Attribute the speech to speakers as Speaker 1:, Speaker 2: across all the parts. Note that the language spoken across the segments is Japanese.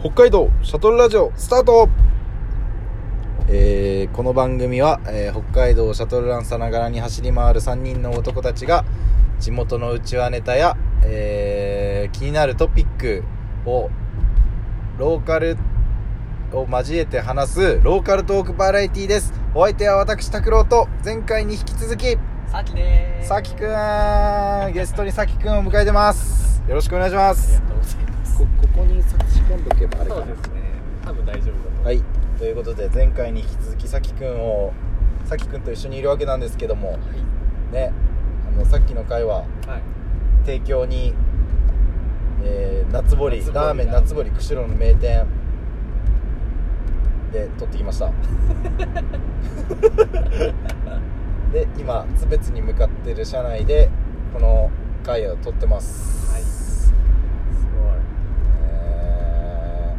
Speaker 1: 北海道シャトルラジオスタート、えーこの番組は、えー北海道シャトルランさながらに走り回る3人の男たちが地元のうちわネタや、えー気になるトピックをローカルを交えて話すローカルトークバラエティーですお相手は私拓郎と前回に引き続き
Speaker 2: さきでーす
Speaker 1: さきくんゲストにさきくんを迎えてますよろしくお願いしま
Speaker 2: あり
Speaker 1: す
Speaker 2: がとうございます
Speaker 1: ここに差し込んどけば
Speaker 2: そうですね多分大丈夫だと思う
Speaker 1: はいということで前回に引き続きさきくんをさきくんと一緒にいるわけなんですけどもねあのさっきの回は
Speaker 2: はい、はい、
Speaker 1: 提供に、えー夏堀
Speaker 2: 夏堀
Speaker 1: ラーメン夏堀釧路の名店で取ってきましたで今津別に向かってる車内でこの回を撮ってます、
Speaker 2: はいす
Speaker 1: え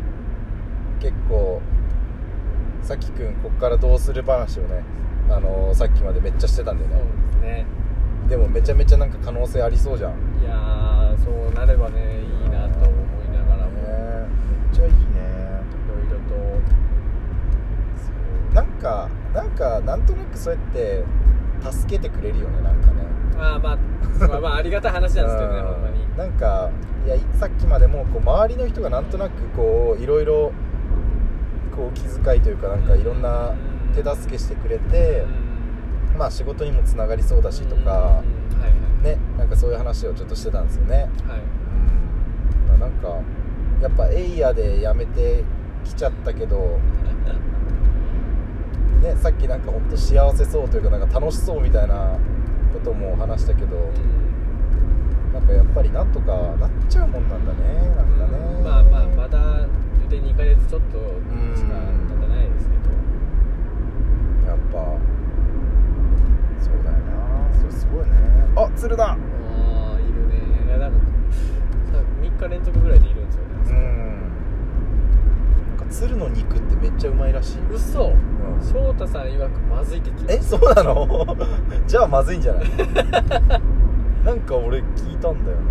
Speaker 1: ー結構さきくんこっからどうする話をねあのーさっきまでめっちゃしてたんだよ
Speaker 2: ごい
Speaker 1: ね
Speaker 2: そうですね
Speaker 1: でもめちゃめちゃなんか可能性ありそうじゃんね
Speaker 2: いやーそうなればねいいなと思いながらもいろ
Speaker 1: えめっちゃいいね
Speaker 2: いろと
Speaker 1: なんかなんかなんとなくそうやって助けてくれるよねなんかね
Speaker 2: そうまあまあまあまあありがたい話なんですけどね
Speaker 1: う
Speaker 2: ほんまに
Speaker 1: なんかいやさっきまでもこう周りの人がなんとなくこういろいろこう気遣いというかなんかいろんな手助けしてくれて
Speaker 2: うん
Speaker 1: まあ仕事にもつながりそうだしとか
Speaker 2: うんはいはい
Speaker 1: ねなんかそういう話をちょっとしてたんですよね
Speaker 2: はい
Speaker 1: うんまあなんかやっぱエイヤで辞めてきちゃったけ どねさっきなんかほんと幸せそうというかなんか楽しそうみたいなことも話したけど
Speaker 2: うん
Speaker 1: なんかやっぱりなんとかなっちゃうもんなんだねなんかね
Speaker 2: まあまあまだ腕2ヶ月ちょっとしか経たないですけど
Speaker 1: やっぱそうだよなそれすごいねあ鶴だ
Speaker 2: ああいるねいやなんか3日連続ぐらいでいるんですよ
Speaker 1: う
Speaker 2: ね
Speaker 1: んなんか鶴の肉ってめっちゃうまいらしいよ、
Speaker 2: 嘘
Speaker 1: うん
Speaker 2: 翔太さん曰くまずいって聞いた
Speaker 1: えそうなの じゃあまずいんじゃ ないなんか俺聞いたんだよな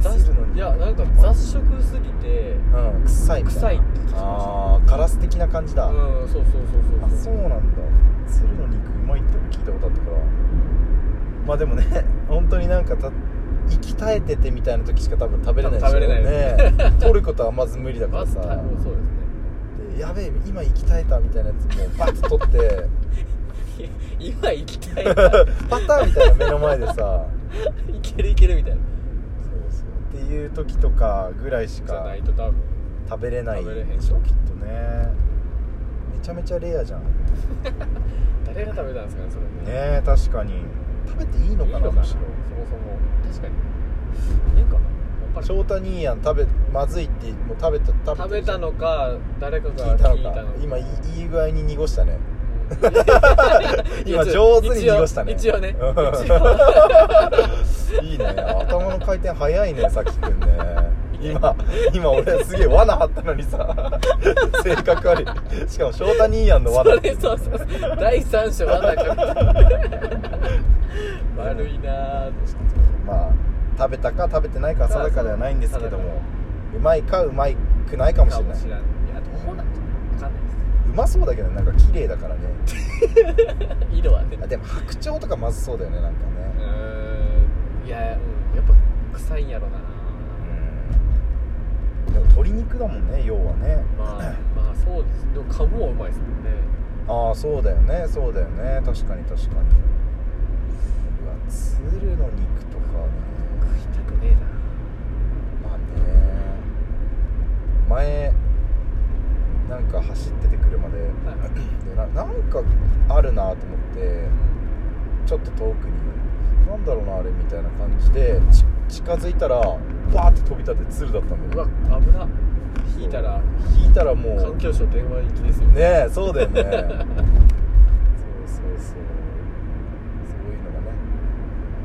Speaker 2: 雑
Speaker 1: 鶴の肉
Speaker 2: いやなんか雑食すぎて
Speaker 1: うん臭いみた
Speaker 2: 臭い
Speaker 1: い
Speaker 2: って
Speaker 1: な
Speaker 2: 聞きました
Speaker 1: ああカラス的な感じだ、
Speaker 2: うんそうそうそう
Speaker 1: あ
Speaker 2: そう
Speaker 1: そうなんだ鶴の肉うまいって聞いたことあったからまあでもね 本当になんかた生き絶えててみたいな時しか多分食べれない
Speaker 2: 多分食べれない
Speaker 1: ね取ることはまず無理だか
Speaker 2: ま
Speaker 1: ら
Speaker 2: ず
Speaker 1: さ
Speaker 2: たもうそうですね
Speaker 1: でやべえ今生き絶えたみたいなやつもバッと取って
Speaker 2: い今行き たいな
Speaker 1: パターンみたいな目の前でさ
Speaker 2: いけるいけるみたいな
Speaker 1: そうそうっていう時とかぐらいし
Speaker 2: じゃな
Speaker 1: か
Speaker 2: いと多分
Speaker 1: 食べれない
Speaker 2: 食べれへん
Speaker 1: でしょきっとねめちゃめちゃレアじゃんね
Speaker 2: 誰が食べたんですかねそれね
Speaker 1: え確かに食べていい
Speaker 2: いい
Speaker 1: の
Speaker 2: の
Speaker 1: か
Speaker 2: かな
Speaker 1: な
Speaker 2: そも
Speaker 1: むしろ
Speaker 2: そも確かにいいんかなやっぱり
Speaker 1: 翔太兄やん食べまずいってもう食べた食べた
Speaker 2: 食べたのか誰か
Speaker 1: 聞
Speaker 2: が
Speaker 1: いたの
Speaker 2: 聞い
Speaker 1: か
Speaker 2: たのか
Speaker 1: 今いいいい具合に濁したね
Speaker 2: い
Speaker 1: 今
Speaker 2: や
Speaker 1: 上手に濁したね
Speaker 2: 一応一応ね
Speaker 1: うん
Speaker 2: 一応
Speaker 1: いいね頭の回転早いねさきくんね今今俺すげえ罠張ったのにさ 性格悪いしかも翔太兄やんの罠
Speaker 2: それそうそうそう第三者罠か悪いなあ
Speaker 1: まあ食べたか食べてないかは定かではないんですけど
Speaker 2: 定
Speaker 1: も
Speaker 2: か
Speaker 1: うまいかうまいくないかもしれない
Speaker 2: いやどうなんじゃないわかんな
Speaker 1: うまそうだけどなんか綺麗だからね
Speaker 2: いです色はね
Speaker 1: あでも白鳥とかまずそうだよねなんか
Speaker 2: う
Speaker 1: ね
Speaker 2: ーんいやうんやっぱ臭いんやろな
Speaker 1: うんでも鶏肉だもんね要はね
Speaker 2: まあまあそうですでもカモはうまいです もんね
Speaker 1: ああそうだよねそうだよね確かに確かにうわ鶴の肉とかね
Speaker 2: 食いたくねえな
Speaker 1: まあね前なんか走ってて車で
Speaker 2: はい
Speaker 1: でななんかあるなと思ってちょっと遠くになんだろうなあれみたいな感じでち近づいたらバーって飛び立って鶴だったんだ
Speaker 2: う
Speaker 1: よ
Speaker 2: わ危な引いたら
Speaker 1: 引いたらもう
Speaker 2: 環境省電話行きですよ
Speaker 1: ねえそうだ よねそうそうそうそういうのがね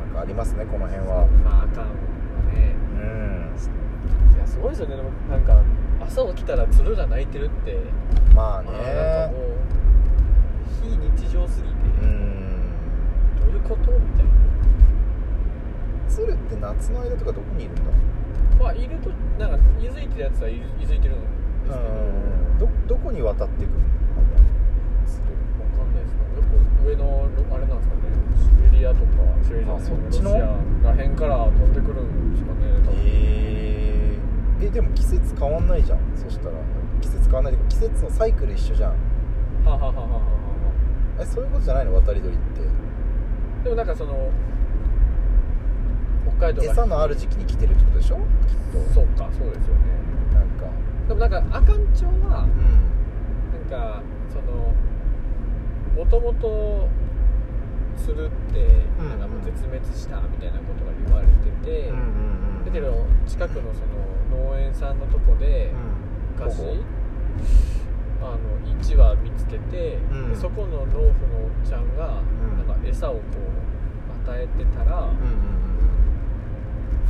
Speaker 1: なんかありますねこの辺は
Speaker 2: まああかんわね
Speaker 1: うん
Speaker 2: いやすごいですよねでもなんか朝起きたら鶴が鳴いてるって
Speaker 1: まあ
Speaker 2: ま
Speaker 1: ね
Speaker 2: あなんかもう非日常すぎ
Speaker 1: う
Speaker 2: て、
Speaker 1: ん
Speaker 2: どういうことみたいな
Speaker 1: 鶴って夏の間とかどこにいるんだ
Speaker 2: まあいるとなんか居づいてるやつはいる居づいてるのんですけ
Speaker 1: ど
Speaker 2: ど、
Speaker 1: どこに渡ってくるの
Speaker 2: わかんないですか結構上のあれなんですかねシベリアとかシベリアじゃない
Speaker 1: あそっちの
Speaker 2: ロシアらへんから飛んでくるんですかね多分
Speaker 1: えー、えでも季節変わんないじゃんそしたら季節変わんないで季節のサイクル一緒じゃん
Speaker 2: はははははは
Speaker 1: えそういうことじゃないの渡り鳥って
Speaker 2: でもなんかその北海道が
Speaker 1: 餌のある時期に来てるってことでしょ
Speaker 2: そうかそうですよね
Speaker 1: なんか
Speaker 2: でもなんか阿寒町は
Speaker 1: うん
Speaker 2: なんかそのもともとするって
Speaker 1: うん
Speaker 2: なんかもう絶滅したみたいなことが言われてて、
Speaker 1: うん
Speaker 2: だけど近くのその農園さんのとこで
Speaker 1: うん
Speaker 2: 昔、
Speaker 1: ほぼ
Speaker 2: あの1羽見つけて、
Speaker 1: うん
Speaker 2: でそこの農夫のおっちゃんが、
Speaker 1: ん
Speaker 2: なんか餌をこう与えてた
Speaker 1: う
Speaker 2: ら、
Speaker 1: んうんうん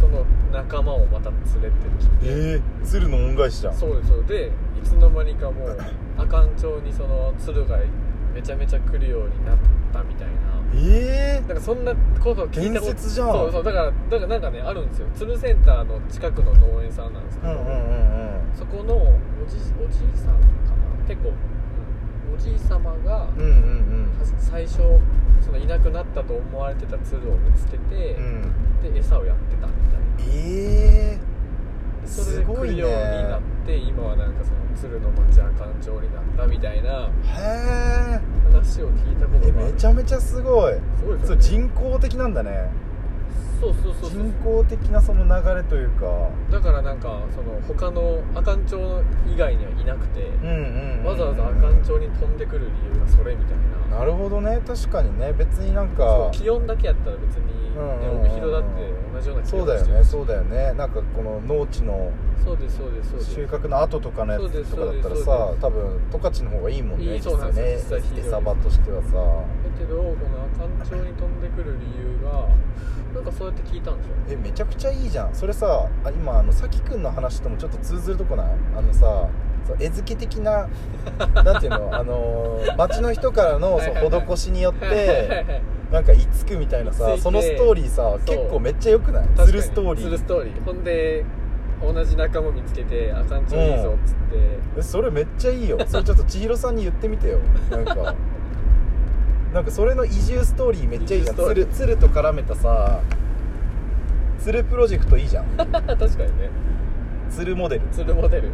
Speaker 2: その仲間をまた連れてきて
Speaker 1: えー、鶴の恩返しじゃん
Speaker 2: そうですそうですでいつの間にかもう阿寒町にその鶴がめちゃめちゃ来るようになったみたいな
Speaker 1: えー
Speaker 2: なんかそんなことを聞いたこと
Speaker 1: 伝説じゃん
Speaker 2: そうそうだからだからなんかねあるんですよ鶴センターの近くの農園さんなんですけ
Speaker 1: う
Speaker 2: ど、
Speaker 1: んうんうんうん
Speaker 2: そこのおじおじいさんかな結構、うんおじい様が、
Speaker 1: うんうん
Speaker 2: は最初そのいなくなったと思われてた鶴を見つけて
Speaker 1: うんう、ん
Speaker 2: で餌をやってたみたいな
Speaker 1: えー、
Speaker 2: それ
Speaker 1: す
Speaker 2: で
Speaker 1: ご
Speaker 2: 来
Speaker 1: い
Speaker 2: る
Speaker 1: ね
Speaker 2: ようになって、今はなんかその鶴の町は環状になったみたいな
Speaker 1: へ
Speaker 2: 話を聞いたこ
Speaker 1: え
Speaker 2: と
Speaker 1: え
Speaker 2: がある
Speaker 1: めちゃめちゃすごい
Speaker 2: すごいです
Speaker 1: そ
Speaker 2: よ
Speaker 1: う
Speaker 2: ね
Speaker 1: 人工的なんだね
Speaker 2: そうそうそうそう
Speaker 1: 人工的なその流れというか
Speaker 2: だからなんかその他の阿寒町以外にはいなくて、
Speaker 1: うんうん、うん、
Speaker 2: わざわざ阿寒町に飛んでくる理由がそれみたいな
Speaker 1: なるほどね確かにね別になん
Speaker 2: そう
Speaker 1: か
Speaker 2: 気温だけやったら別に、ね
Speaker 1: うんうんうん
Speaker 2: 帯広だって同じような気
Speaker 1: そう
Speaker 2: 温
Speaker 1: だよ
Speaker 2: して
Speaker 1: ね
Speaker 2: るし
Speaker 1: そうだよねなんかこの農地の
Speaker 2: そうですそうですそうです
Speaker 1: 収穫の後とかのや
Speaker 2: そうで
Speaker 1: つ
Speaker 2: す
Speaker 1: とかだったら
Speaker 2: そう
Speaker 1: さ
Speaker 2: です
Speaker 1: 多分十勝の方がいいもんね
Speaker 2: いい
Speaker 1: 実
Speaker 2: そうなん
Speaker 1: 際
Speaker 2: で
Speaker 1: ね
Speaker 2: すよ実際
Speaker 1: 餌場としてはさ
Speaker 2: だけどこの阿寒町に飛んでくる理由がなんかそうやって聞いたんですよ
Speaker 1: えめちゃくちゃいいじゃんそれさあ今あのさきくんの話ともちょっと通ずるとこないあのさそう餌付け的 ななんていうのあのー町の人からのそう
Speaker 2: はいはいはい
Speaker 1: 施しによっ
Speaker 2: はいはい
Speaker 1: て
Speaker 2: はい
Speaker 1: なんかいつくみたいなさ
Speaker 2: いついて
Speaker 1: そのストーリーさ
Speaker 2: そう
Speaker 1: 結構めっちゃ良くない
Speaker 2: 確かに
Speaker 1: 鶴ストーリ
Speaker 2: 鶴ス
Speaker 1: ー
Speaker 2: トーリーほんで同じ仲間見つけて「あかんちょいいぞ」っつって、
Speaker 1: えそれめっちゃ いいよそれちょっと千尋さんに言ってみてよなんかなんかそれの移住ストーリーめっちゃいいじゃん
Speaker 2: 移住ストーリ
Speaker 1: 鶴鶴と絡めたさ鶴プロジェクトいいじゃん
Speaker 2: 確かにね
Speaker 1: 鶴モデル
Speaker 2: 鶴モデル、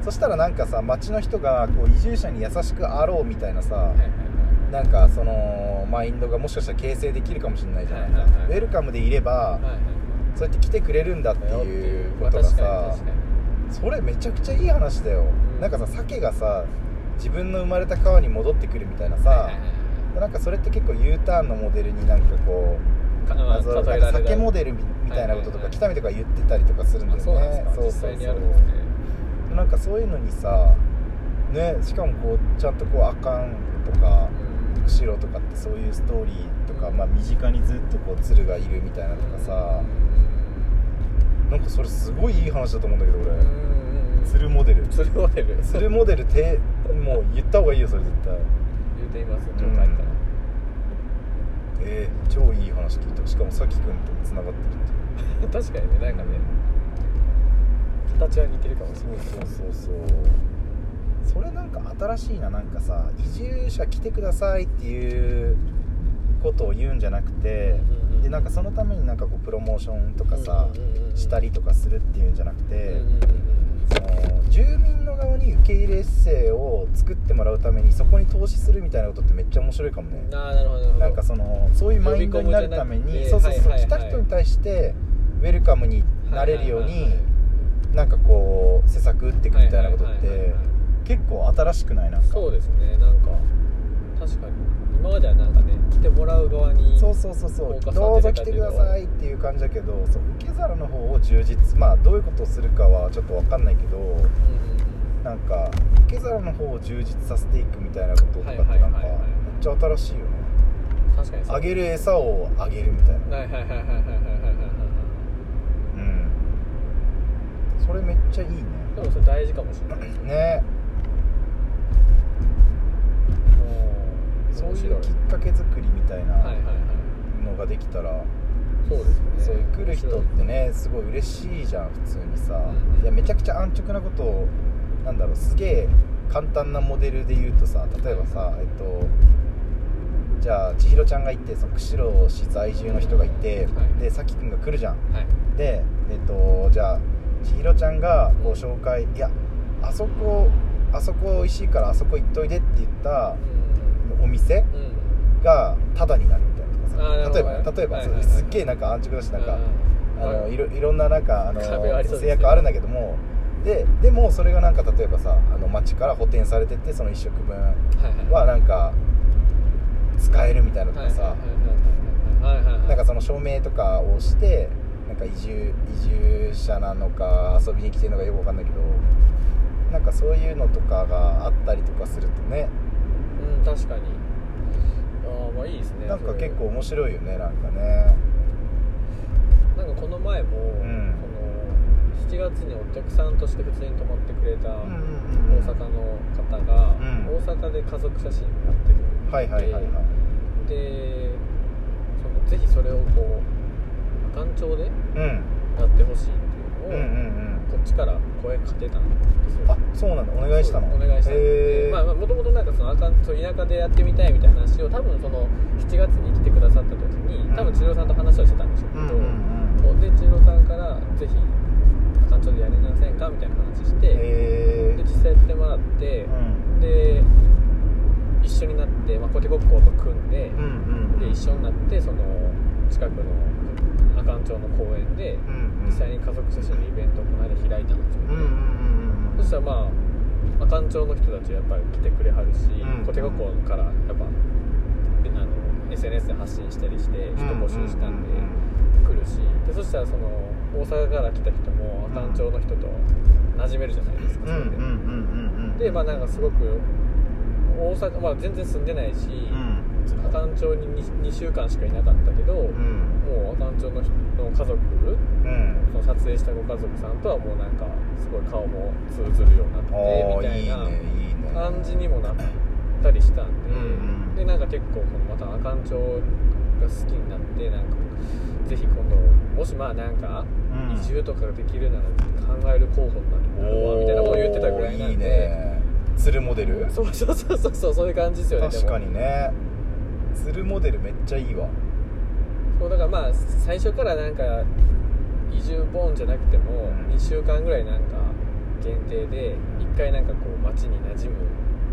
Speaker 1: そしたらなんかさ町の人がこう移住者に優しくあろうみたいなさ
Speaker 2: はいはい
Speaker 1: なんかそのマインドがもしかしたら形成できるかもしれないじゃない
Speaker 2: はいはいはい
Speaker 1: ウェルカムでいれば
Speaker 2: はいはいはい
Speaker 1: そうやって来てくれるんだって
Speaker 2: はい
Speaker 1: いうことがさ、
Speaker 2: 確かに確かに
Speaker 1: それめちゃくちゃいい話だよ、
Speaker 2: うん
Speaker 1: なんかさ鮭がさ自分の生まれた川に戻ってくるみたいなさ、
Speaker 2: はいはいはい
Speaker 1: なんかそれって結構 U ターンのモデルになんかこ
Speaker 2: か
Speaker 1: う、
Speaker 2: まあ
Speaker 1: なぞ
Speaker 2: 例
Speaker 1: な
Speaker 2: え
Speaker 1: ん
Speaker 2: ら
Speaker 1: か
Speaker 2: れた
Speaker 1: 酒モデルみみたいなことと
Speaker 2: はいはい
Speaker 1: か
Speaker 2: はい
Speaker 1: 北見とか言ってたりとかするんだ
Speaker 2: あそうなん
Speaker 1: よ
Speaker 2: で
Speaker 1: ね
Speaker 2: すか
Speaker 1: そう
Speaker 2: 実
Speaker 1: そう
Speaker 2: 際に
Speaker 1: そ
Speaker 2: あるんですね
Speaker 1: うなんかそういうのにさねしかもこうちゃんとこうあかんとか釧路とかってそういうストーリーとか、まあ、身近にずっとこう鶴がいるみたいなのとかさなんかそれすごいいい話だと思うんだけど
Speaker 2: うんうん
Speaker 1: 俺
Speaker 2: うんうん
Speaker 1: 鶴モデル
Speaker 2: 鶴モデル
Speaker 1: 鶴モデルてもう言った方がいいよそれ絶対
Speaker 2: 言うています今日帰ったら、
Speaker 1: えー、超いい話聞いたしかもさきくんともつながってるって
Speaker 2: 確かにねなんかね形は似てるかもし
Speaker 1: そう
Speaker 2: れない
Speaker 1: そうそうそうそれなんか新しいななんかさ移住者来てくださいっていうことを言うんじゃなくて、
Speaker 2: うんうんうん
Speaker 1: でなんかそのためになんかこうプロモーションとかさ、
Speaker 2: うんうんうんうん
Speaker 1: したりとかするっていうんじゃなくて、
Speaker 2: うんうんうんうん
Speaker 1: その住民の側に受け入れ姿勢を作ってもらうためにそこに投資するみたいなことってめっちゃ面白いかもね
Speaker 2: ああなるほどなるほど
Speaker 1: なんかそのそういうマインドになるためにそうそうそう、
Speaker 2: はいはいはい
Speaker 1: 来た人に対してウェルカムになれるように、
Speaker 2: はいはいはい
Speaker 1: なんかこう施策打っていくみたいなことって、
Speaker 2: はいはいはいはい
Speaker 1: 結構新しくないなんか
Speaker 2: そうですねなんか確かに今まではなんかね来てもらう側に
Speaker 1: そうそうそうそう
Speaker 2: フォーカス
Speaker 1: ど
Speaker 2: 当
Speaker 1: う
Speaker 2: て
Speaker 1: ぞ
Speaker 2: て
Speaker 1: 来
Speaker 2: た
Speaker 1: て
Speaker 2: け
Speaker 1: く
Speaker 2: ど
Speaker 1: ださいっていう感じだけどそう受け皿の方を充実まあどういうことをするかはちょっと分かんないけど
Speaker 2: うんうんうん
Speaker 1: なんか受け皿の方を充実させていくみたいなこととかってなん
Speaker 2: はいはい
Speaker 1: か
Speaker 2: はいはい
Speaker 1: めっちゃ新しいよね
Speaker 2: 確かにそう
Speaker 1: あげる餌をあげるみたいな
Speaker 2: はいはいはいはいはいはいはいはいはい
Speaker 1: うんそれめっちゃいいね
Speaker 2: でもそれ大事かもしれないですね
Speaker 1: ね
Speaker 2: も
Speaker 1: そう
Speaker 2: 面
Speaker 1: い
Speaker 2: 白
Speaker 1: うきっかけ作りみたい
Speaker 2: はいはい
Speaker 1: な
Speaker 2: はい
Speaker 1: のができたら
Speaker 2: そうですね
Speaker 1: そういう来る人ってねすごい嬉しいじゃん普通にさ、
Speaker 2: うん
Speaker 1: いやめちゃくちゃ安直なことをなんだろうすげえ簡単なモデルで言うとさ例えばさえっとじゃあ千尋ちゃんがいてその釧路市在住の人がいて、
Speaker 2: はい
Speaker 1: でさきくんが来るじゃん
Speaker 2: はい
Speaker 1: でえっとじゃあ千尋ちゃんがこう紹介いやあそこあそこ美味しいからあそこ行っといでって言ったお店
Speaker 2: うんうん
Speaker 1: がタダになるみたい
Speaker 2: あー
Speaker 1: な
Speaker 2: な
Speaker 1: と
Speaker 2: る
Speaker 1: かさ例
Speaker 2: ほ
Speaker 1: えばね
Speaker 2: どね
Speaker 1: 例えば
Speaker 2: はい
Speaker 1: そ
Speaker 2: はいうはい
Speaker 1: すっげえなんか安直だしなんかあのいろいろんななんかあの
Speaker 2: 壁はありそうです
Speaker 1: 制
Speaker 2: ね
Speaker 1: 約はあるんだけどもででもそれがなんか例えばさあの町から補填されてってその1食分はなんか使えるみたいなのとかさ
Speaker 2: はいはいはいはいはいはいはいはい
Speaker 1: なんかその証明とかをしてなんか移住移住者なのか遊びに来てるのかよくわかんないけどなんかそういうのとかがあったりとかするとね
Speaker 2: うん確かにああまあいいですね
Speaker 1: なんか結構面白いよねなんかね
Speaker 2: それなんかこの前も、
Speaker 1: ん
Speaker 2: その7月にお客さんとして普通に泊まってくれた
Speaker 1: うん
Speaker 2: 大
Speaker 1: うんうんうん
Speaker 2: 阪の方が、
Speaker 1: うん
Speaker 2: 大阪で家族写真をやってる
Speaker 1: はいはいはいはい
Speaker 2: でそのぜひそれをこう単調でや
Speaker 1: うん
Speaker 2: ってほしいって
Speaker 1: うん
Speaker 2: いううん
Speaker 1: う
Speaker 2: のを、
Speaker 1: ん
Speaker 2: こっちから声かけたんですよ
Speaker 1: あそうなんだお願いしたの
Speaker 2: お願いしたの
Speaker 1: へ
Speaker 2: で
Speaker 1: え、
Speaker 2: まあまあもともとなんかそのあかんそう田舎でやってみたいみたいな話を多分その7月に来てくださった時
Speaker 1: うん
Speaker 2: に多分千尋さんと話はしてたんでしょうけ
Speaker 1: う
Speaker 2: ど、
Speaker 1: んうんうん
Speaker 2: こうで千尋さんから「ぜひあかんちょでやりませんか?」みたいな話して、
Speaker 1: へ
Speaker 2: で
Speaker 1: え
Speaker 2: 実際やってもらって、
Speaker 1: うん
Speaker 2: で一緒になって、まあ、コテコッコーと組んで、
Speaker 1: うんうん
Speaker 2: で一緒になってその近くの阿寒町の公園で
Speaker 1: うんうん
Speaker 2: 実際に家族写真のイベントをこの間開いたんですよ、
Speaker 1: うんうんうんうん
Speaker 2: そしたらまあ阿寒町の人たちやっぱり来てくれはるし
Speaker 1: うん
Speaker 2: 小手学校からやっぱであの SNS で発信したりして人募集したんで
Speaker 1: うんうんうん
Speaker 2: 来るしでそしたらその大阪から来た人も
Speaker 1: うん
Speaker 2: 阿寒町の人と馴染めるじゃないですかそれで、
Speaker 1: うんうんうんうん
Speaker 2: でまあなんかすごく大阪、まあ、全然住んでないし、
Speaker 1: うん
Speaker 2: 阿寒町に 2, 週間しかいなかったけど、
Speaker 1: うん
Speaker 2: もう阿寒町の人の家族
Speaker 1: うん
Speaker 2: その撮影したご家族さんとはもうなんかすごい顔も通ずるようになって
Speaker 1: あ
Speaker 2: み
Speaker 1: あ
Speaker 2: た
Speaker 1: い
Speaker 2: い
Speaker 1: いね
Speaker 2: ない
Speaker 1: いね
Speaker 2: 感じにもなったりしたんで、
Speaker 1: うんうん
Speaker 2: でなんか結構このまた阿寒町が好きになってなんかぜひ今度もしまあなんか
Speaker 1: うん
Speaker 2: 移住とかができるなら考える候補になるわみたいなことを言ってたぐらい
Speaker 1: お
Speaker 2: なんで
Speaker 1: ーいいね鶴モデル
Speaker 2: そうそうそうそうそうそういう感じですよねでも
Speaker 1: 確かにね鶴モデルめっちゃいいわ
Speaker 2: そうだからまあ最初からなんか移住ボーンじゃなくても
Speaker 1: うん
Speaker 2: 2週間ぐらいなんか限定で1回なんかこう街に馴染む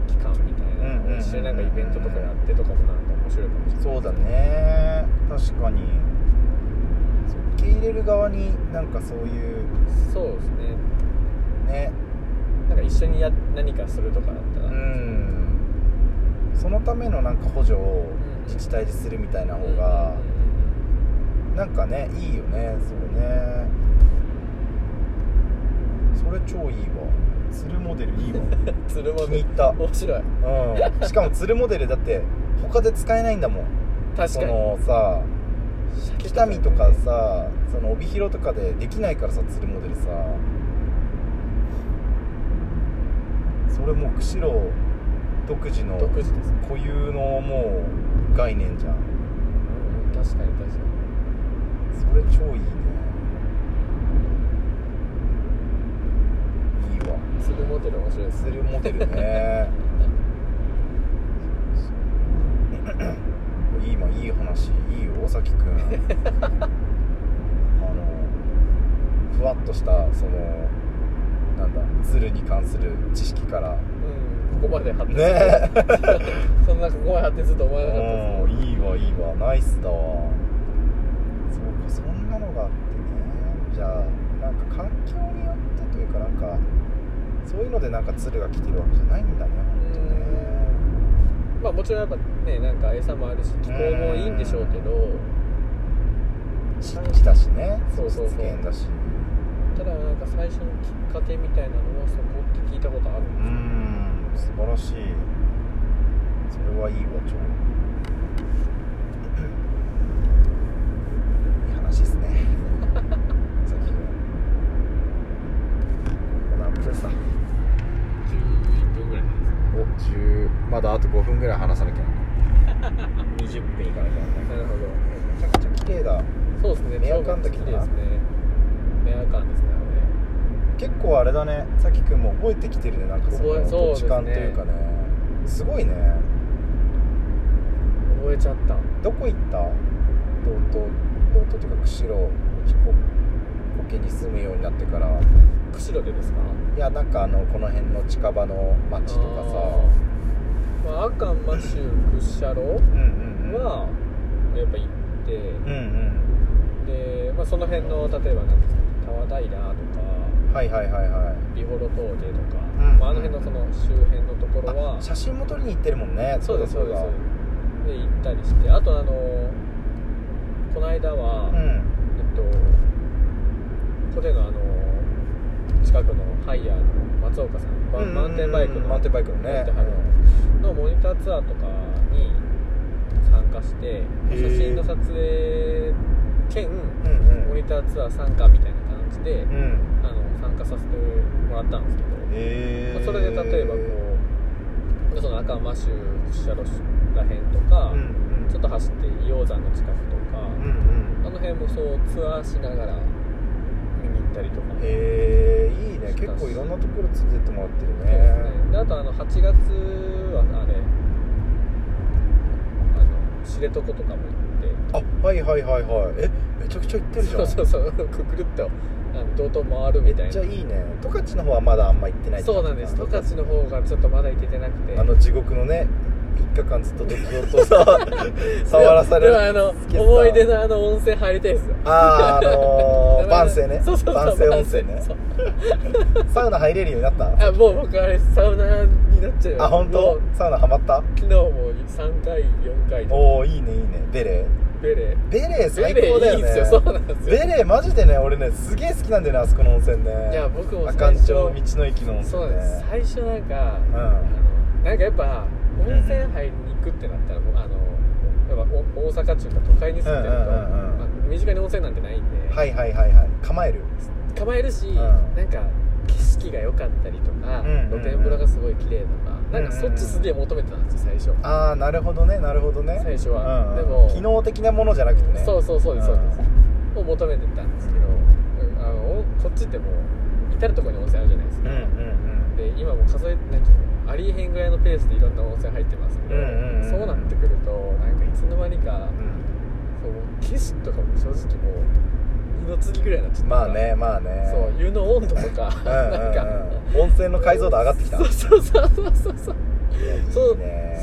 Speaker 2: 期間みたいな
Speaker 1: うんうんうんうん
Speaker 2: のを一緒になんかイベントとかやってとかもなんか面白いかもしれない
Speaker 1: そうだね確かにそう受け入れる側になんかそういう
Speaker 2: そうですね
Speaker 1: ね
Speaker 2: なんか一緒にや何かするとかだったら、
Speaker 1: う
Speaker 2: うん
Speaker 1: んそのためのなんか補助を自治体でするみたいな方がなんかねいいよねそれねそれ超いいわ鶴モデルいいわ
Speaker 2: 鶴
Speaker 1: 気
Speaker 2: も
Speaker 1: に入った
Speaker 2: 面白い
Speaker 1: うん、しかも鶴モデルだって他で使えないんだもん
Speaker 2: 確
Speaker 1: そ
Speaker 2: かに
Speaker 1: のさ
Speaker 2: 鮭
Speaker 1: 北見とか
Speaker 2: ね
Speaker 1: さその帯広とかでできないからさ鶴モデルさそれもう釧路独自の
Speaker 2: 独自ですね、
Speaker 1: 固有のもう概念じゃん
Speaker 2: うん確かに確かに
Speaker 1: それ超いいねいいわ
Speaker 2: 鶴モデル面白いですね
Speaker 1: 鶴モデルねそうそう今いい話いいよ大崎くんあのふわっとしたそのなんだ鶴に関する知識から
Speaker 2: うんここまで発展
Speaker 1: ねえ
Speaker 2: そんなここまで発展すると思わなかった
Speaker 1: う
Speaker 2: ですね
Speaker 1: んいいわいいわナイスだわそうかそんなのがあってねじゃあなんか環境によってというかなんかそういうのでなんか鶴が来てるわけじゃないんだね本当ね
Speaker 2: まあもちろんやっぱねなんか餌もあるし気候もいいんでしょうけど
Speaker 1: 湿地だしね
Speaker 2: そうそうそう
Speaker 1: 湿原だした
Speaker 2: だなんか最初のきっかけみたいなのはそこって聞いたことある
Speaker 1: うーん素晴らしいそれはいいわ超いい話ですねさっきの何分だ
Speaker 2: 11分ぐらい
Speaker 1: お10まだあと5分ぐらい話さなきゃ20分いかなきゃいけない
Speaker 2: なるほど
Speaker 1: めちゃくちゃ綺麗だ
Speaker 2: そうですね
Speaker 1: メアカン
Speaker 2: 好
Speaker 1: だ
Speaker 2: き
Speaker 1: け
Speaker 2: です
Speaker 1: ど
Speaker 2: ね
Speaker 1: な
Speaker 2: メアカンですね
Speaker 1: 結構あれだねさきくんも覚えてきてるねなんかそ
Speaker 2: 覚
Speaker 1: の
Speaker 2: えそ
Speaker 1: 土
Speaker 2: うです
Speaker 1: 地
Speaker 2: ね
Speaker 1: 勘というかねすごいね
Speaker 2: あれ覚えちゃった
Speaker 1: どこ行った道東道東っていうか釧路こ苔に住むようになってから
Speaker 2: 釧路でですか
Speaker 1: いやなんかあのこの辺の近場の町とかさ
Speaker 2: あー、まあ、アカンマシュクシャロ
Speaker 1: うんうんうん
Speaker 2: はやっぱ行って、
Speaker 1: うん
Speaker 2: で、まあ、その辺の例えばなんですかタワダイラーとか
Speaker 1: うんはいはいはいはい
Speaker 2: 美幌峠とか、
Speaker 1: うん
Speaker 2: まあ、あの辺のその周辺のところは
Speaker 1: あ写真も撮りに行ってるもんね
Speaker 2: そうですそうです
Speaker 1: だ
Speaker 2: で行ったりしてあとあのこの間は、
Speaker 1: だう
Speaker 2: え
Speaker 1: ん
Speaker 2: っとここでのあの近くのハイヤーの松岡さん、マ
Speaker 1: うんうんうん
Speaker 2: マウンテンバイクの
Speaker 1: マウンテンバイクのね
Speaker 2: やってはるのモニターツアーとかに参加して
Speaker 1: ー
Speaker 2: 写真の撮影兼
Speaker 1: うん
Speaker 2: モ
Speaker 1: う
Speaker 2: ニ
Speaker 1: ん
Speaker 2: ターツアー参加みたいな感じで、
Speaker 1: うん
Speaker 2: あの参加させてもらったんですけど、
Speaker 1: へ
Speaker 2: まあ
Speaker 1: え
Speaker 2: それで例えばこうその赤間州屈斜路らへんとか、
Speaker 1: うんうん
Speaker 2: ちょっと走って硫黄山の近くとか、
Speaker 1: うんうん
Speaker 2: あの辺もそうツアーしながら見に行ったりとか
Speaker 1: へえいいね結構いろんなところ連れてってもらってる
Speaker 2: そうです
Speaker 1: ね
Speaker 2: ねであとあの8月はあれあの知床とかも行って
Speaker 1: あはいはいはいはいえめちゃくちゃ行ってるじゃん
Speaker 2: そうそうそうくくるっとあの道東回るみた
Speaker 1: め
Speaker 2: い
Speaker 1: っ
Speaker 2: な
Speaker 1: ちゃいいね十勝の方はまだあんま行ってないって
Speaker 2: そ
Speaker 1: こ
Speaker 2: う
Speaker 1: と
Speaker 2: なんです十勝の方がちょっとまだ行けてなくて
Speaker 1: あの地獄のね3日間ずっとドキドキと さ触らされ
Speaker 2: でもあ
Speaker 1: る
Speaker 2: の
Speaker 1: きさ
Speaker 2: 思い出のあの温泉入りたいですよ
Speaker 1: あーあ のー、
Speaker 2: だから
Speaker 1: 万世ね
Speaker 2: そうそうそう
Speaker 1: 万世温泉ね
Speaker 2: そう
Speaker 1: サウナ入れるようになった
Speaker 2: あもう僕あれサウナーになっちゃうよ
Speaker 1: あ本
Speaker 2: も
Speaker 1: 当
Speaker 2: う
Speaker 1: サウナハマった
Speaker 2: 昨日も3回4回と
Speaker 1: おおいいねいいねベレー
Speaker 2: ベレ
Speaker 1: ベレー最
Speaker 2: ー
Speaker 1: 高だ
Speaker 2: ベレー
Speaker 1: よ
Speaker 2: いい
Speaker 1: ね
Speaker 2: っすよそうなんです
Speaker 1: ベ
Speaker 2: よ
Speaker 1: レーマジでね俺ねすげえ好きなんだよねあそこの温泉ね
Speaker 2: いや僕も
Speaker 1: 阿寒
Speaker 2: 最初
Speaker 1: 町の道の駅の温泉ね
Speaker 2: そうなんです最初なんか、
Speaker 1: ん
Speaker 2: あのなんかやっぱ温泉入りに行くってなったらもうあのやっぱお大阪中か都会に住んでると、
Speaker 1: うんうんうんうん
Speaker 2: まあ身近に温泉なんてないんで、
Speaker 1: はいはいはいはい構える
Speaker 2: 構えるし、
Speaker 1: ん
Speaker 2: なんか景色が良かったりとか、
Speaker 1: うんうんうん
Speaker 2: 露天風呂がすごい綺麗とか、なんか
Speaker 1: うんうん
Speaker 2: そ
Speaker 1: うん
Speaker 2: っちすげえ求めてたんですよ最初、
Speaker 1: ああなるほどねなるほどね
Speaker 2: 最初
Speaker 1: うん
Speaker 2: は、
Speaker 1: うん
Speaker 2: でも
Speaker 1: 機能的なものじゃなくてね
Speaker 2: そうそうそうですそうです
Speaker 1: う、
Speaker 2: を求めてたんですけど、うんあのこっちってもう至る所に温泉あるじゃないです
Speaker 1: うん
Speaker 2: か、
Speaker 1: うんうん
Speaker 2: で今もう数えなんかありえへんぐらいのペースでいろんな温泉入ってますけど、
Speaker 1: うんうんうん
Speaker 2: そうなってくるとなんかいつの間にか
Speaker 1: うん
Speaker 2: そう景色とかも正直もう二の次ぐらいになっちゃった
Speaker 1: まあねまあね
Speaker 2: そう湯の温度とか
Speaker 1: うんうんうん
Speaker 2: なんか
Speaker 1: 温泉の解像度上がってきた
Speaker 2: そうそうそうそうそう
Speaker 1: いやいいね
Speaker 2: そう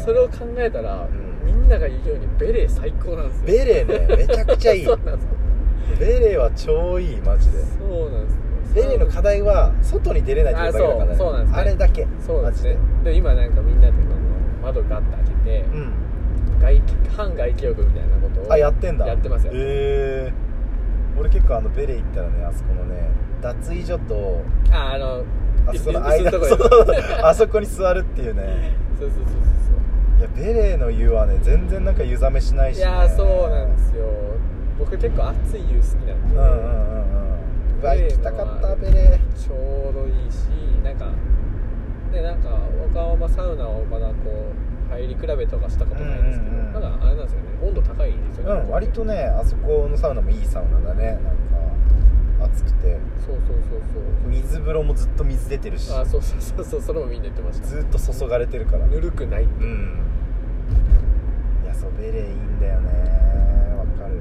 Speaker 2: それを考えたら、
Speaker 1: ん
Speaker 2: みんなが言うようにベレー最高なんですよ
Speaker 1: ベレーねめちゃくちゃいい
Speaker 2: そうなんですよ
Speaker 1: ベレーは超いいマジで
Speaker 2: そうなんですよ
Speaker 1: ベレーの課題は外に出れないっていうだけだからね
Speaker 2: あそうそうなんですね
Speaker 1: あれだけ
Speaker 2: そうですね
Speaker 1: マジ
Speaker 2: で今なんかみんなでこの窓ガッと開けて、
Speaker 1: でうん
Speaker 2: 外気半外気浴みたいなことを
Speaker 1: あやってんだ
Speaker 2: やってますよ
Speaker 1: へえ俺結構あのベレー行ったらねあそこのね脱衣所と
Speaker 2: ああの
Speaker 1: あそこの
Speaker 2: 椅
Speaker 1: 間
Speaker 2: 子の
Speaker 1: そ
Speaker 2: とこ
Speaker 1: うあそこに座るっていうね
Speaker 2: そうそうそう
Speaker 1: いやベレーの湯はね全然なんか湯冷めしな
Speaker 2: そう
Speaker 1: いし、
Speaker 2: い
Speaker 1: ね、
Speaker 2: やーそうなんですよ僕結構暑い湯好きな
Speaker 1: う
Speaker 2: んで、
Speaker 1: んうんうんうんうわ
Speaker 2: ベレ
Speaker 1: 行き
Speaker 2: ーの
Speaker 1: たかったベレー
Speaker 2: ちょうどいいしなんかでなんか若浜サウナをまだこう入り比べとかしたことないんですけど、
Speaker 1: うんうんうん
Speaker 2: ただあれなんですよね温度高いんですよ
Speaker 1: う
Speaker 2: ね、
Speaker 1: ん割とねあそこのサウナもいいサウナだねなんか暑くて
Speaker 2: そうそうそうそう
Speaker 1: 水風呂もずっと水出てるし
Speaker 2: あそうそうそうそうそれもみんな言ってました
Speaker 1: ずっと注がれてるから
Speaker 2: ぬるくないって
Speaker 1: うんいやそうベレーいいんだよねわかる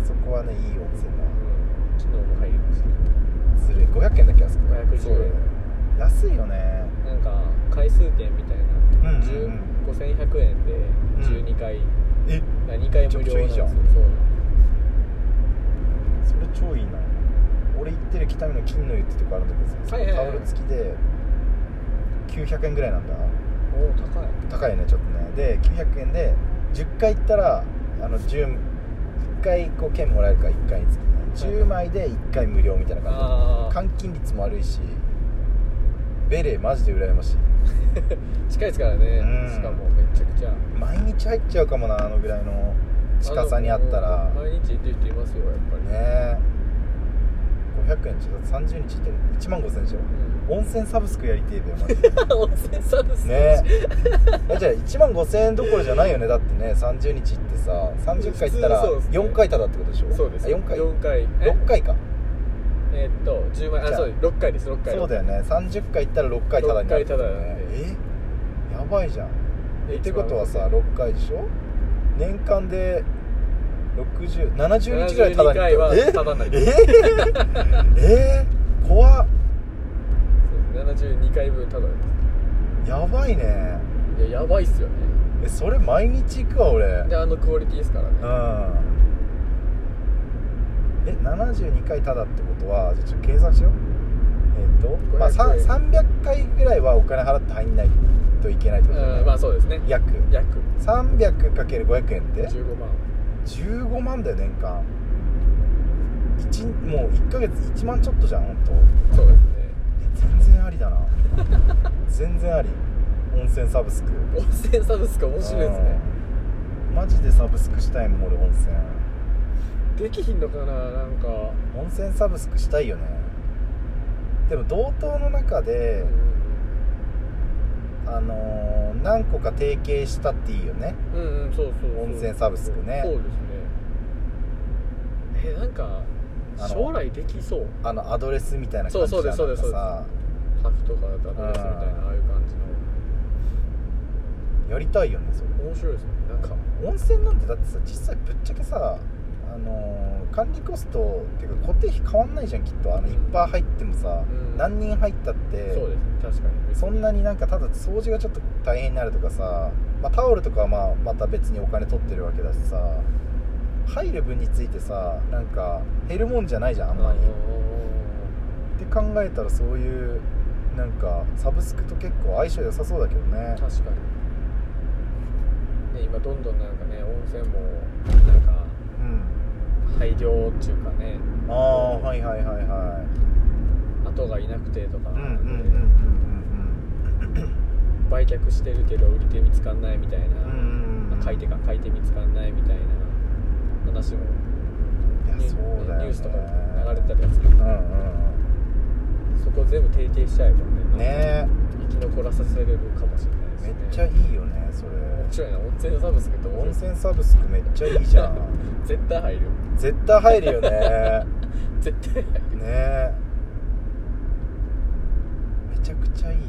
Speaker 1: あそこはねいい温泉
Speaker 2: 昨日も入りまし
Speaker 1: だずるい500円だっけあそこ
Speaker 2: 510円
Speaker 1: そうだよね安いよね
Speaker 2: たなんか回数券みたいな、
Speaker 1: うんうんうん
Speaker 2: 10 5100円で12回、
Speaker 1: え
Speaker 2: 2回無料なん
Speaker 1: め
Speaker 2: ですよ
Speaker 1: ちゃくちゃいいじゃん
Speaker 2: そう
Speaker 1: それ超いいな俺行ってる北見の金の湯ってとこあるんだけどさ、
Speaker 2: はいはいはい
Speaker 1: タオル付きで900円ぐらいなんだ
Speaker 2: おお高い
Speaker 1: 高いよねちょっとねで900円で10回行ったらあの10 1回こう券もらえるから1回につきね10枚で1回無料みたいな感
Speaker 2: あ
Speaker 1: じ
Speaker 2: あ
Speaker 1: 換金率も悪いしベレーマジで羨ましい
Speaker 2: 近いですからね
Speaker 1: うん
Speaker 2: しかもめちゃくちゃ
Speaker 1: 毎日入っちゃうかもなあのぐらいの近さにあったら
Speaker 2: の
Speaker 1: ね
Speaker 2: 毎日行ってる人いますよやっぱり
Speaker 1: え500円でしょだって30日行って1万5000円でしょ温泉サブスクやりてえべよマジで
Speaker 2: 温泉サブスク
Speaker 1: ねえじゃあ1万5000円どころじゃないよねだってね30日行ってさ30回行ったら
Speaker 2: 普通そうですね
Speaker 1: 4回ただってことでしょ
Speaker 2: そうです
Speaker 1: 4回
Speaker 2: 4回え
Speaker 1: 6回か
Speaker 2: えーっと10
Speaker 1: じ
Speaker 2: 万あ
Speaker 1: ゃあ
Speaker 2: そうです6回です6回
Speaker 1: そうだよね30回行ったら6回ただになる
Speaker 2: 6回タダなんで
Speaker 1: えやばいじゃん
Speaker 2: え
Speaker 1: ってことはさ6回でしょ年間で6070日ぐらいただになる
Speaker 2: 72回はタダになり
Speaker 1: えええー怖っ
Speaker 2: そうです72回分ただで
Speaker 1: やばいね
Speaker 2: すいややばいっすよね
Speaker 1: えそれ毎日行くわ俺
Speaker 2: であのクオリティですからね
Speaker 1: うんえ72回ただってことはじゃあちょっと計算しようえっ、と、まあ、さん
Speaker 2: 500
Speaker 1: 300回ぐらいはお金払って入んないといけないってことだよ
Speaker 2: う
Speaker 1: ね
Speaker 2: んまあそうですね
Speaker 1: 約
Speaker 2: 約
Speaker 1: 300×500 円って
Speaker 2: 15万
Speaker 1: 15万だよ年間一もう1ヶ月1万ちょっとじゃん本当え
Speaker 2: そうですね
Speaker 1: 全然ありだ な全然あり温泉サブスク
Speaker 2: 温泉サブスク面白いですね
Speaker 1: うんマジでサブスクしたいもん俺温泉
Speaker 2: できひんのかななんか
Speaker 1: 温泉サブスクしたいよねでも同等の中で、あのー何個か提携したっていいよね
Speaker 2: うんうんそうそうそう
Speaker 1: 温泉サブスクね
Speaker 2: そうですねえなんか
Speaker 1: あの
Speaker 2: 将来できそう
Speaker 1: あのアドレスみたいな感じじゃん
Speaker 2: そうそうですそ
Speaker 1: な
Speaker 2: うです
Speaker 1: んか
Speaker 2: ハフとかだったらみたいなああいう感じ
Speaker 1: さ
Speaker 2: の
Speaker 1: やりたいよねそれ
Speaker 2: 面白いですねなんか
Speaker 1: 温泉なんてだってさ実際ぶっちゃけさあのー管理コストっていうか固定費変わんないじゃんきっとあの
Speaker 2: うん
Speaker 1: いっぱい入ってもさ、
Speaker 2: うん
Speaker 1: 何人入ったって
Speaker 2: そうですね確かに
Speaker 1: そんなになんかただ掃除がちょっと大変になるとかさ、まあ、タオルとかはまあまた別にお金取ってるわけだしさ入る分についてさなんか減るもんじゃないじゃんあんまり、って考えたらそういうなんかサブスクと結構相性良さそうだけどね
Speaker 2: 確かにね今どんどんなんかね温泉もなんか
Speaker 1: うん
Speaker 2: 廃業っていうかね
Speaker 1: ああはいはいはいはい
Speaker 2: 後がいなくてとか、
Speaker 1: うんうんうんうん
Speaker 2: 売却してるけど売り手見つかんないみたいな、
Speaker 1: うんうんうん
Speaker 2: まあ買い手か買い手見つかんないみたいな話も
Speaker 1: いや
Speaker 2: ニュ
Speaker 1: そうだよね
Speaker 2: ニュースとかも流れてたりはする
Speaker 1: うんうん
Speaker 2: そこ全部提携しちゃえば
Speaker 1: うん
Speaker 2: ね
Speaker 1: ね
Speaker 2: 生き残らさせれるかもしれないです
Speaker 1: えめ
Speaker 2: ね
Speaker 1: っちゃいいよねそれ
Speaker 2: 面白いな温泉サブスクって面白い
Speaker 1: 温泉サブスクめっちゃいいじゃん
Speaker 2: 絶対入る
Speaker 1: 絶対入るよ ね
Speaker 2: 絶対入
Speaker 1: ね
Speaker 2: る
Speaker 1: えめちゃくちゃいい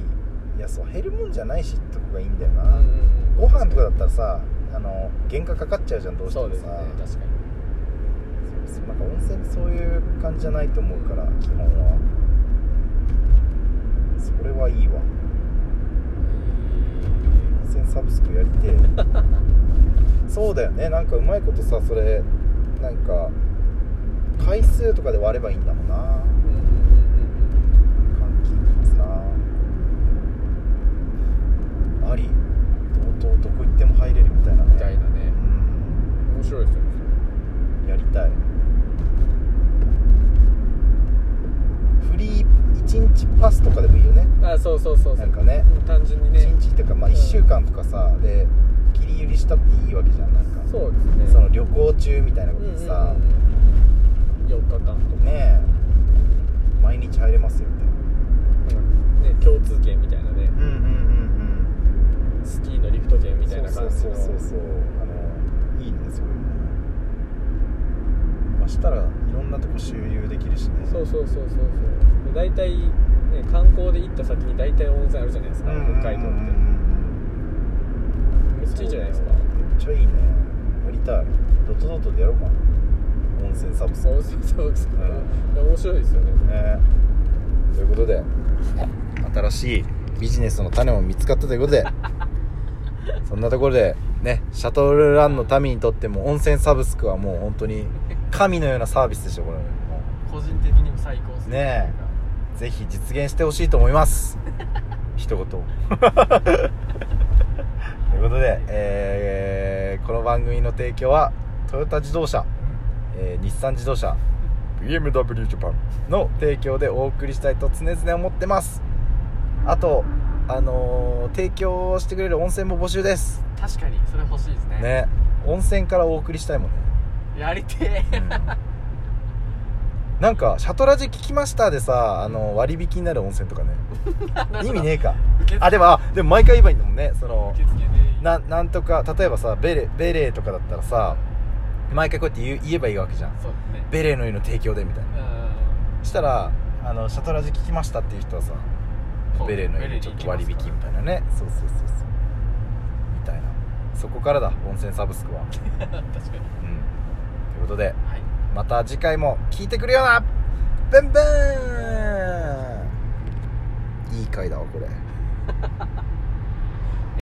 Speaker 1: いやそう減るもんじゃないしってとこがいいんだよな、ご飯とかだったらさあの原価かかっちゃうじゃんどうして
Speaker 2: そう
Speaker 1: も
Speaker 2: です
Speaker 1: さ
Speaker 2: ね確か
Speaker 1: そうそうなんか温泉ってそういう感じじゃないと思うから基本はそれはいいわ
Speaker 2: に
Speaker 1: 温泉サブスクやりてえそうだよねなんかうまいことさそれなんか回数とかで割ればいいんだもんな
Speaker 2: うんうんうんう
Speaker 1: 換
Speaker 2: ん
Speaker 1: 気ますなありとうとうどこ行っても入れるみたいなね
Speaker 2: みたいなね
Speaker 1: うん
Speaker 2: 面白いですよね
Speaker 1: やりたいフリー1日パスとかでもいいよね
Speaker 2: それあそうそうそうそ
Speaker 1: な
Speaker 2: う
Speaker 1: んかね
Speaker 2: 単純にね
Speaker 1: 1日とかまあ
Speaker 2: うん
Speaker 1: 1週間とかさ、で切り売りしたっていいわけじゃんなんか
Speaker 2: そうですね
Speaker 1: その旅行中みたいなことでさ、
Speaker 2: 4日間とか
Speaker 1: ねえ毎日入れますよみたいな
Speaker 2: ね共通券みたいなね
Speaker 1: うんうんうん
Speaker 2: スキーのリフト券
Speaker 1: うん
Speaker 2: みたいな感じ
Speaker 1: そう
Speaker 2: の
Speaker 1: そうそうそうあのいいねそういうのまあしたらいろんなとこ周遊できるしね
Speaker 2: そうそうそうそうそう大体ね観光で行った先に大体温泉あるじゃないですか
Speaker 1: うんうんうんうん
Speaker 2: 北海道ってめっちゃいいじゃないですか
Speaker 1: めっちゃいいねやりたいドットドットでやろうかな温泉サブスク
Speaker 2: 温泉サブスクねいや面白いですよね
Speaker 1: ねということで新しいビジネスの種も見つかったということでそんなところでねシャトルランの民にとっても温泉サブスクはもう本当に神のようなサービスでしょこれ
Speaker 2: 個人的にも最高です
Speaker 1: ねぜひ実現してほしいと思います一言ということで、えーこの番組の提供はトヨタ自動車、えー日産自動車 BMW ジャパンの提供でお送りしたいと常々思ってますあとあのー提供してくれる温泉も募集です
Speaker 2: 確かにそれ欲しいですね
Speaker 1: ね温泉からお送りしたいもんね
Speaker 2: やりてえ
Speaker 1: うんなんか「シャトラジ聞きました」でさあの割引になる温泉とかね意味ねえか
Speaker 3: 受付
Speaker 1: あでもあでも毎回言えばいいんだもんねその
Speaker 3: 受付で
Speaker 1: ななんとか例えばさベレベレーとかだったらさ毎回こうやって言う言えばいいわけじゃん
Speaker 3: そうね
Speaker 1: ベレーの湯の提供でみたいな
Speaker 3: う
Speaker 1: したらあの「シャトラジ聞きました」っていう人はさ
Speaker 3: ん
Speaker 1: ベレーの湯にちょっと割引みたいなねそうそうそうそうみたいなそこからだ温泉サブ スクはうん
Speaker 3: ベレーに行きますから確かに
Speaker 1: ということで
Speaker 3: はい
Speaker 1: また次回も聞いてくるよなブンブンいい回だわこれ